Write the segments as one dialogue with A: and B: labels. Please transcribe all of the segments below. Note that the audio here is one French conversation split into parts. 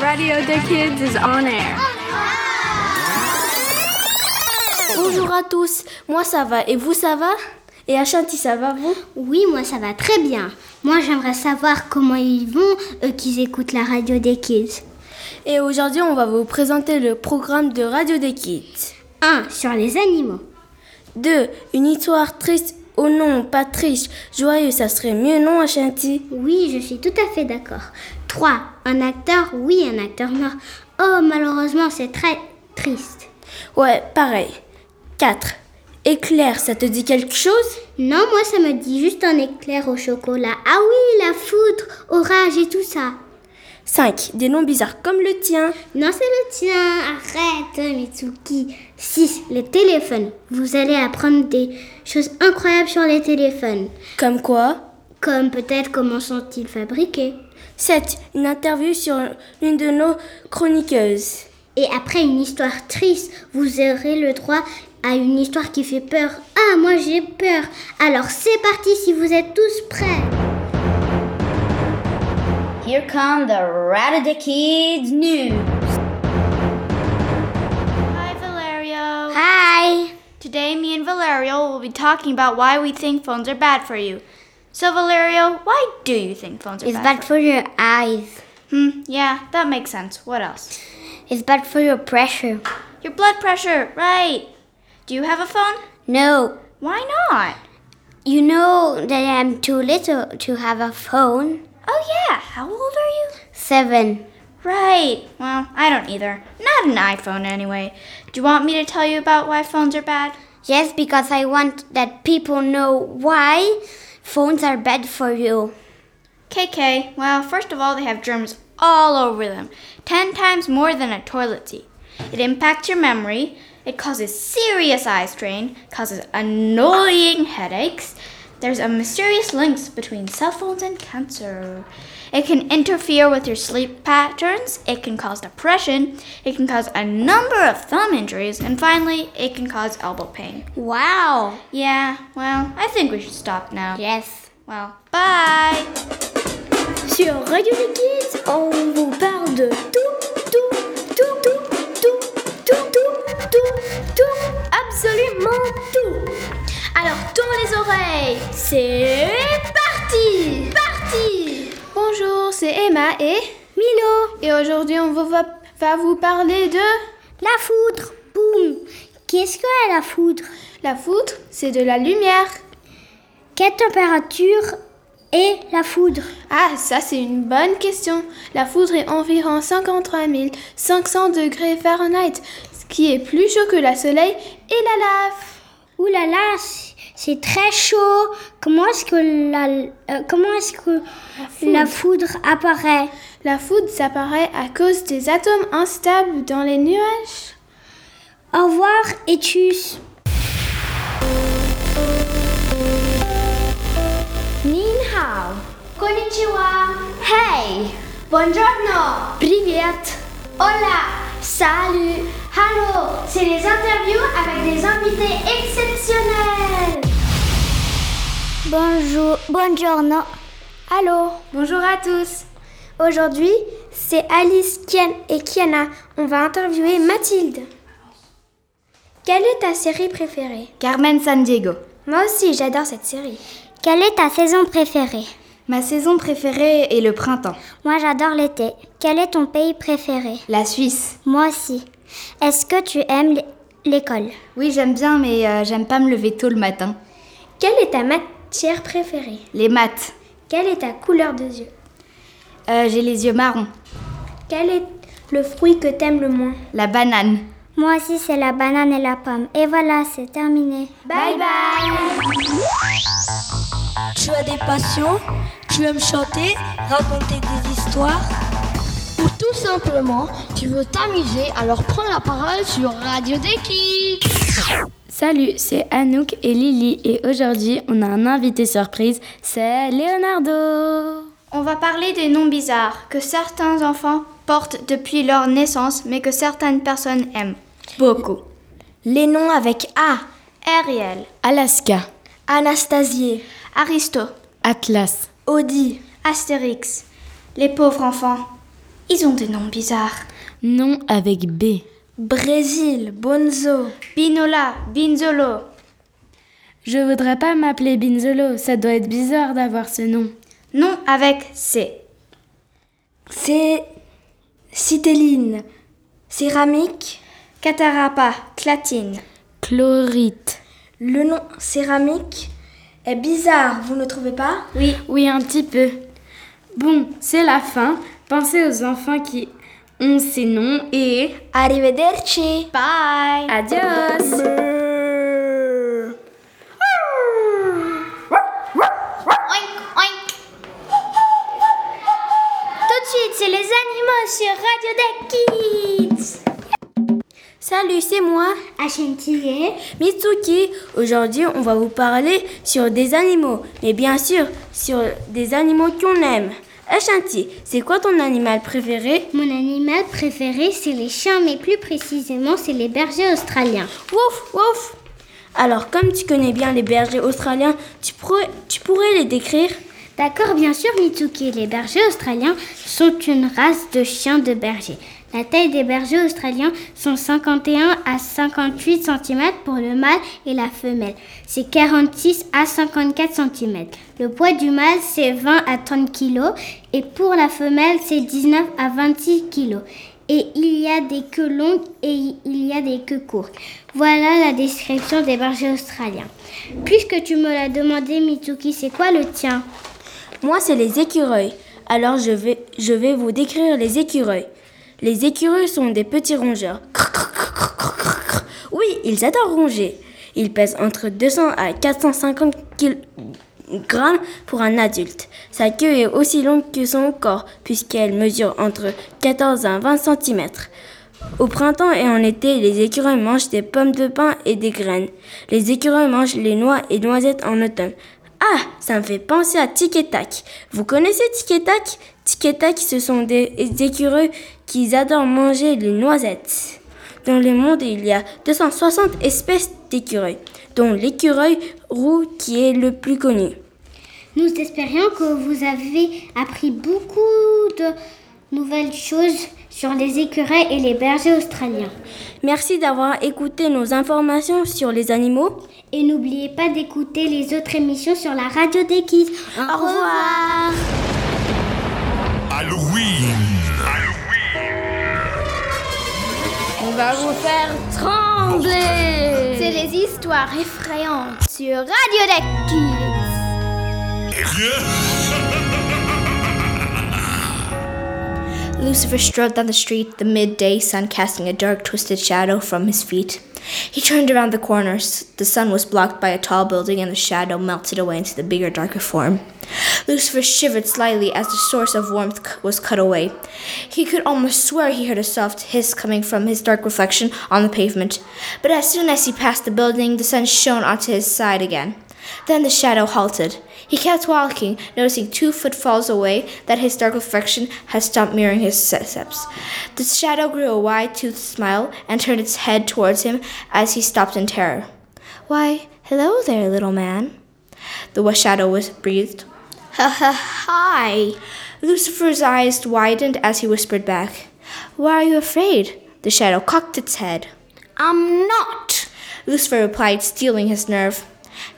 A: Radio des Kids is on air.
B: Bonjour à tous, moi ça va et vous ça va Et Ashanti ça va vous
C: Oui, moi ça va très bien. Moi j'aimerais savoir comment ils vont, eux qui écoutent la radio des kids.
B: Et aujourd'hui on va vous présenter le programme de Radio des Kids.
C: 1. Sur les animaux.
B: 2. Une histoire triste. Oh non, pas triste, joyeux, ça serait mieux, non, Ashanti
C: Oui, je suis tout à fait d'accord. 3. Un acteur, oui, un acteur mort. Oh, malheureusement, c'est très triste.
B: Ouais, pareil. 4. Éclair, ça te dit quelque chose
C: Non, moi ça me dit juste un éclair au chocolat. Ah oui, la foudre, orage et tout ça.
B: 5. Des noms bizarres comme le tien.
C: Non, c'est le tien. Arrête, Mitsuki. 6. Les téléphones. Vous allez apprendre des choses incroyables sur les téléphones.
B: Comme quoi
C: Comme peut-être comment sont-ils fabriqués.
B: 7. Une interview sur l'une de nos chroniqueuses.
C: Et après une histoire triste, vous aurez le droit à une histoire qui fait peur. Ah, moi j'ai peur. Alors c'est parti si vous êtes tous prêts.
D: Here come the Ratata Kids news.
E: Hi, Valerio.
C: Hi.
E: Today, me and Valerio will be talking about why we think phones are bad for you. So, Valerio, why do you think phones are
C: It's
E: bad?
C: bad for your eyes.
E: for- hmm, yeah, that makes sense. What else?
C: It's bad for your pressure.
E: Your blood pressure, right? Do you have a phone?
C: No.
E: Why not?
C: You know that I'm too little to have a phone.
E: Oh yeah, how old are you?
C: Seven.
E: Right. Well, I don't either. Not an iPhone anyway. Do you want me to tell you about why phones are bad?
C: Just because I want that people know why phones are bad for you.
E: KK, well, first of all, they have germs all over them, 10 times more than a toilet seat. It impacts your memory, it causes serious eye strain, causes annoying headaches. There's a mysterious link between cell phones and cancer. It can interfere with your sleep patterns, it can cause depression, it can cause a number of thumb injuries, and finally, it can cause elbow pain.
C: Wow.
E: Yeah, well, I think we should stop now.
C: Yes.
E: Well, bye!
B: Sur Radio des Kids, on vous parle de tout, tout, tout, tout, tout, tout, tout, tout, tout, absolument tout. Alors tourne les oreilles, c'est parti, parti. Bonjour, c'est Emma et Milo. Et aujourd'hui, on vous va, va vous parler de
C: La foudre. Boum. Qu'est-ce que la foudre
B: la foudre, c'est de la lumière.
C: Quelle température est la foudre
B: Ah, ça c'est une bonne question. La foudre est environ 53 500 degrés Fahrenheit, ce qui est plus chaud que le soleil et la lave.
C: Ouh là là, c'est- c'est très chaud. Comment est-ce que la euh, comment est-ce que la foudre apparaît
B: La foudre s'apparaît à cause des atomes instables dans les nuages.
C: Au revoir, Etus. Hey. Bonjour. Buongiorno. Allô.
E: Bonjour à tous!
C: Aujourd'hui, c'est Alice, Kian et Kiana. On va interviewer Mathilde. Quelle est ta série préférée
E: Carmen San Diego.
C: Moi aussi, j'adore cette série. Quelle est ta saison préférée
E: Ma saison préférée est le printemps,
C: Moi, j'adore l'été. Quel est ton pays préféré
E: la Suisse.
C: Moi aussi. Est-ce que tu aimes l- l'école
E: Oui, j'aime bien, mais euh, j'aime pas me lever tôt le matin.
C: Quelle est ta matière préférée
E: Les maths,
C: Quelle est ta couleur de yeux
E: Euh, j'ai les yeux marrons.
C: Quel est le fruit que t'aimes le moins
E: La banane.
C: Moi aussi, c'est la banane et la pomme. Et voilà, c'est terminé. Bye bye
F: Tu as des passions Tu aimes chanter, raconter des histoires Ou tout simplement, tu veux t'amuser, alors prends la parole sur Radio Deki
G: Salut, c'est Anouk et Lily et aujourd'hui on a un invité surprise, c'est Leonardo.
E: On va parler des noms bizarres que certains enfants portent depuis leur naissance, mais que certaines personnes aiment.
G: Beaucoup.
B: Les noms avec A,
E: Ariel,
G: Alaska,
B: Anastasier,
E: Aristo,
G: Atlas,
B: Audi,
E: Astérix, les pauvres enfants. Ils ont des noms bizarres.
G: Non avec B.
H: Brésil, Bonzo.
E: Binola, Binzolo.
G: Je voudrais pas m'appeler Binzolo, ça doit être bizarre d'avoir ce nom.
E: Non avec C.
H: C'est citéline, céramique.
E: Catarapa, clatine.
G: Chlorite.
H: Le nom céramique est bizarre, vous ne trouvez pas
E: Oui,
G: Oui, un petit peu. Bon, c'est la fin. Pensez aux enfants qui ont ces noms et
H: Arrivederci.
E: bye.
G: adios
C: Oink, oink. Tout de suite, c'est les animaux sur Radio des Kids.
B: Salut, c'est moi,
C: Achentillet.
B: Mitsuki. Aujourd'hui, on va vous parler sur des animaux, mais bien sûr, sur des animaux qu'on aime. Ashanti, c'est quoi ton animal préféré
C: Mon animal préféré, c'est les chiens, mais plus précisément, c'est les bergers australiens.
B: Wouf, wouf Alors, comme tu connais bien les bergers australiens, tu pourrais, tu pourrais les décrire
C: D'accord, bien sûr, Mitsuki. Les bergers australiens sont une race de chiens de berger. La taille des bergers australiens sont 51 à 58 cm pour le mâle et la femelle. C'est 46 à 54 cm. Le poids du mâle, c'est 20 à 30 kg et pour la femelle, c'est 19 à 26 kg. Et il y a des queues longues et il y a des queues courtes. Voilà la description des bergers australiens. Puisque tu me l'as demandé, Mitsuki, c'est quoi le tien
B: Moi, c'est les écureuils. Alors, je vais, je vais vous décrire les écureuils. Les écureuils sont des petits rongeurs. Crrr, crrr, crrr, crrr, crrr, crrr. Oui, ils adorent ronger. Ils pèsent entre 200 à 450 grammes pour un adulte. Sa queue est aussi longue que son corps, puisqu'elle mesure entre 14 à 20 cm. Au printemps et en été, les écureuils mangent des pommes de pin et des graines. Les écureuils mangent les noix et noisettes en automne. Ah, ça me fait penser à Tic et Tac. Vous connaissez Tic et Tac Tic et Tac, ce sont des écureuils qui adorent manger les noisettes. Dans le monde, il y a 260 espèces d'écureuils, dont l'écureuil roux qui est le plus connu.
C: Nous espérions que vous avez appris beaucoup de nouvelles choses sur les écureuils et les bergers australiens.
B: Merci d'avoir écouté nos informations sur les animaux.
C: Et n'oubliez pas d'écouter les autres émissions sur la radio des Kids. Au, revoir.
I: Halloween.
J: On va vous faire trembler
H: C'est les histoires effrayantes sur Radio Deck Kids.
E: Lucifer strode down the street, the midday sun casting a dark, twisted shadow from his feet. He turned around the corner. S- The sun was blocked by a tall building, and the shadow melted away into the bigger, darker form. Lucifer shivered slightly as the source of warmth c- was cut away. He could almost swear he heard a soft hiss coming from his dark reflection on the pavement. But as soon as he passed the building, the sun shone onto his side again. Then the shadow halted. He kept walking, noticing two footfalls away that his dark reflection had stopped mirroring his steps. The shadow grew a wide toothed smile and turned its head towards him as he stopped in terror. Why, hello there, little man. The wa- shadow was breathed. Ha ha hi. Lucifer's eyes widened as he whispered back. Why are you afraid? The shadow cocked its head. I'm not, Lucifer replied, stealing his nerve.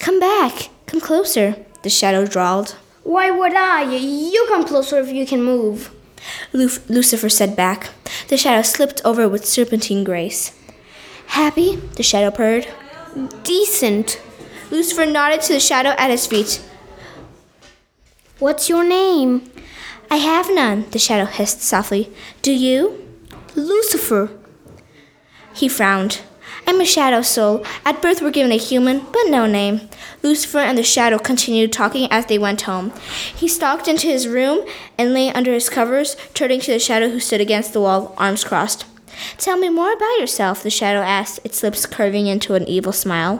E: Come back, come closer, the shadow drawled.
H: Why would I? You come closer if you can move.
E: Luf- Lucifer said back. The shadow slipped over with serpentine grace. Happy? The shadow purred.
H: Decent.
E: Lucifer nodded to the shadow at his feet.
H: What's your name?
E: I have none, the shadow hissed softly. Do you?
H: Lucifer.
E: He frowned. I'm a shadow soul. At birth, we're given a human, but no name. Lucifer and the shadow continued talking as they went home. He stalked into his room and lay under his covers, turning to the shadow who stood against the wall, arms crossed. Tell me more about yourself, the shadow asked, its lips curving into an evil smile.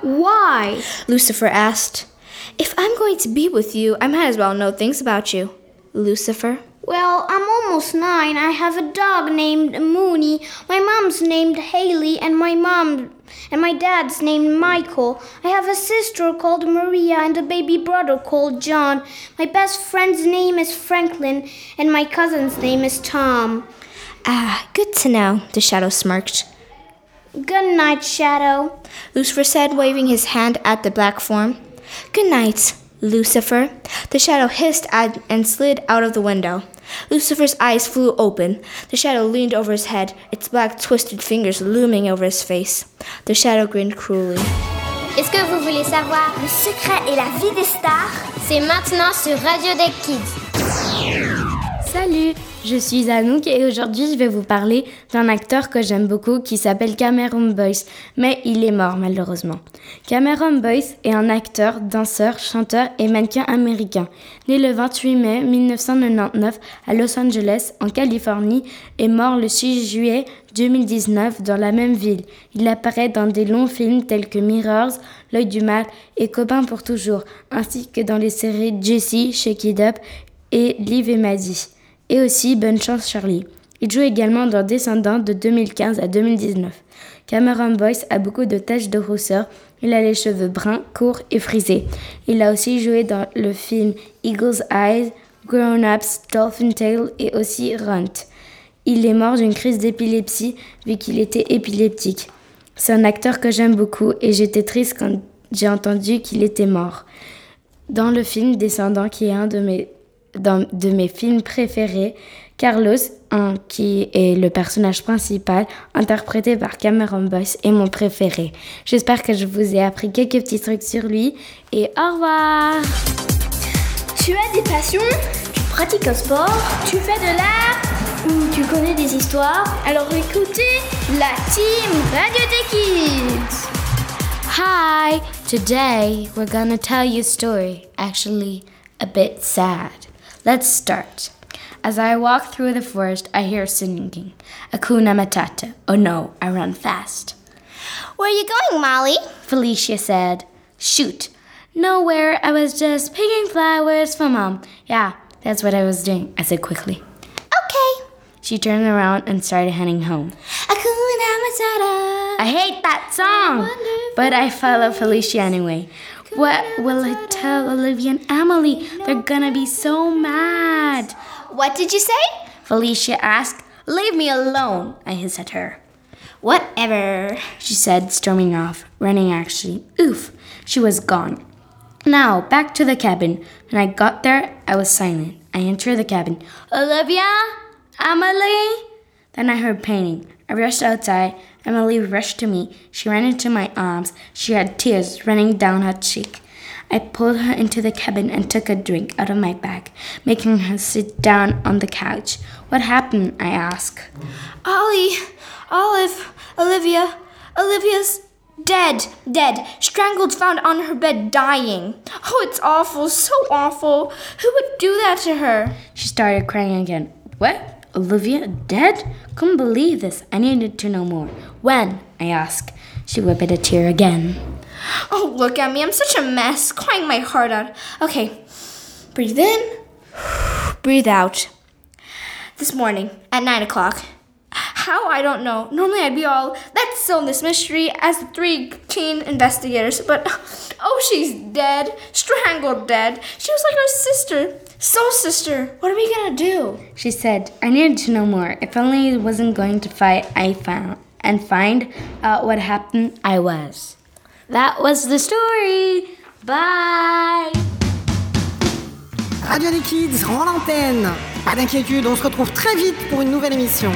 H: Why?
E: Lucifer asked. If I'm going to be with you, I might as well know things about you. Lucifer.
C: Well, I'm almost nine. I have a dog named Mooney. My mom's named Haley, and my mom and my dad's named Michael. I have a sister called Maria and a baby brother called John. My best friend's name is Franklin, and my cousin's name is Tom.
K: Ah, good to know, the shadow smirked.
C: Good night, Shadow.
K: Lucifer said, waving his hand at the black form. Good night, Lucifer. The shadow hissed at and slid out of the window. Lucifer's eyes flew open. The shadow leaned over his head, its black twisted fingers looming over his face. The shadow grinned cruelly.
E: Est-ce que vous voulez savoir le secret et la vie des stars C'est maintenant sur Radio des Kids.
G: Salut, je suis Anouk et aujourd'hui je vais vous parler d'un acteur que j'aime beaucoup qui s'appelle Cameron Boyce, mais il est mort malheureusement. Cameron Boyce est un acteur, danseur, chanteur et mannequin américain, né le 28 mai 1999 à Los Angeles en Californie et mort le 6 juillet 2019 dans la même ville. Il apparaît dans des longs films tels que Mirrors, L'œil du mal et Copains pour toujours, ainsi que dans les séries Jessie, Shake It Up et Liv et Maddie, et aussi Bonne Chance Charlie. Il joue également dans Descendants de 2015 à 2019. Cameron Boyce a beaucoup de taches de rousseur. Il a les cheveux bruns, courts et frisés. Il a aussi joué dans le film Eagle's Eyes, Grown Ups, Dolphin Tale et aussi Runt. Il est mort d'une crise d'épilepsie vu qu'il était épileptique. C'est un acteur que j'aime beaucoup et j'étais triste quand j'ai entendu qu'il était mort. Dans le film Descendants, qui est un de mes d'un de mes films préférés, Carlos, un- qui est le personnage principal, interprété par Cameron Boyce, est mon préféré. J'espère que je vous ai appris quelques petits trucs sur lui et au revoir
C: Tu as des passions Tu pratiques un sport Tu fais de l'art Ou tu connais des histoires Alors écoutez la team Radio des Kids
G: Hi! Today we're gonna tell you a story, actually a bit sad. Let's start. As I walk through the forest, I hear singing. Akuna Matata. Oh no, I run fast.
E: Where are you going, Molly
G: Felicia said. Shoot. Nowhere, I was just picking flowers for mom. Yeah, that's what I was doing, I said quickly.
E: Okay.
G: She turned around and started heading home.
E: Hakuna Matata.
G: I hate that song! But I follow Felicia anyway. What will I tell Olivia and Emily? They're gonna be so mad.
E: What did you say?
G: Felicia asked. Leave me alone, I hissed at her.
E: Whatever.
G: she said, storming off, running actually. Oof, she was gone. Now, back to the cabin. When I got there, I was silent. I entered the cabin. Olivia? Emily? Then I heard painting. I rushed outside. Emily rushed to me. She ran into my arms. She had tears running down her cheek. I pulled her into the cabin and took a drink out of my bag, making her sit down on the couch. What happened? I asked.
E: Ollie, Olive, Olivia, Olivia's dead, dead, strangled, found on her bed, dying. Oh, it's awful, so awful. Who would do that to her?
G: She started crying again. What? Olivia dead? Couldn't believe this. I needed to know more. When? I asked. She wept a tear again.
E: Oh, look at me, I'm such a mess, crying my heart out. Okay, breathe in, breathe out. This morning, at 9 o'clock. How? I don't know. Normally I'd be all, let's solve this mystery as the three keen investigators, but oh, she's dead. Strangled dead. She was like our sister. Soul sister. What are we gonna do?
G: She said, I needed to know more. If only I wasn't going to fight, I found and find out what happened, I was. That was the story. Bye!
L: Radio des Kids rend l'antenne. Pas d'inquiétude, on se retrouve très vite pour une nouvelle émission.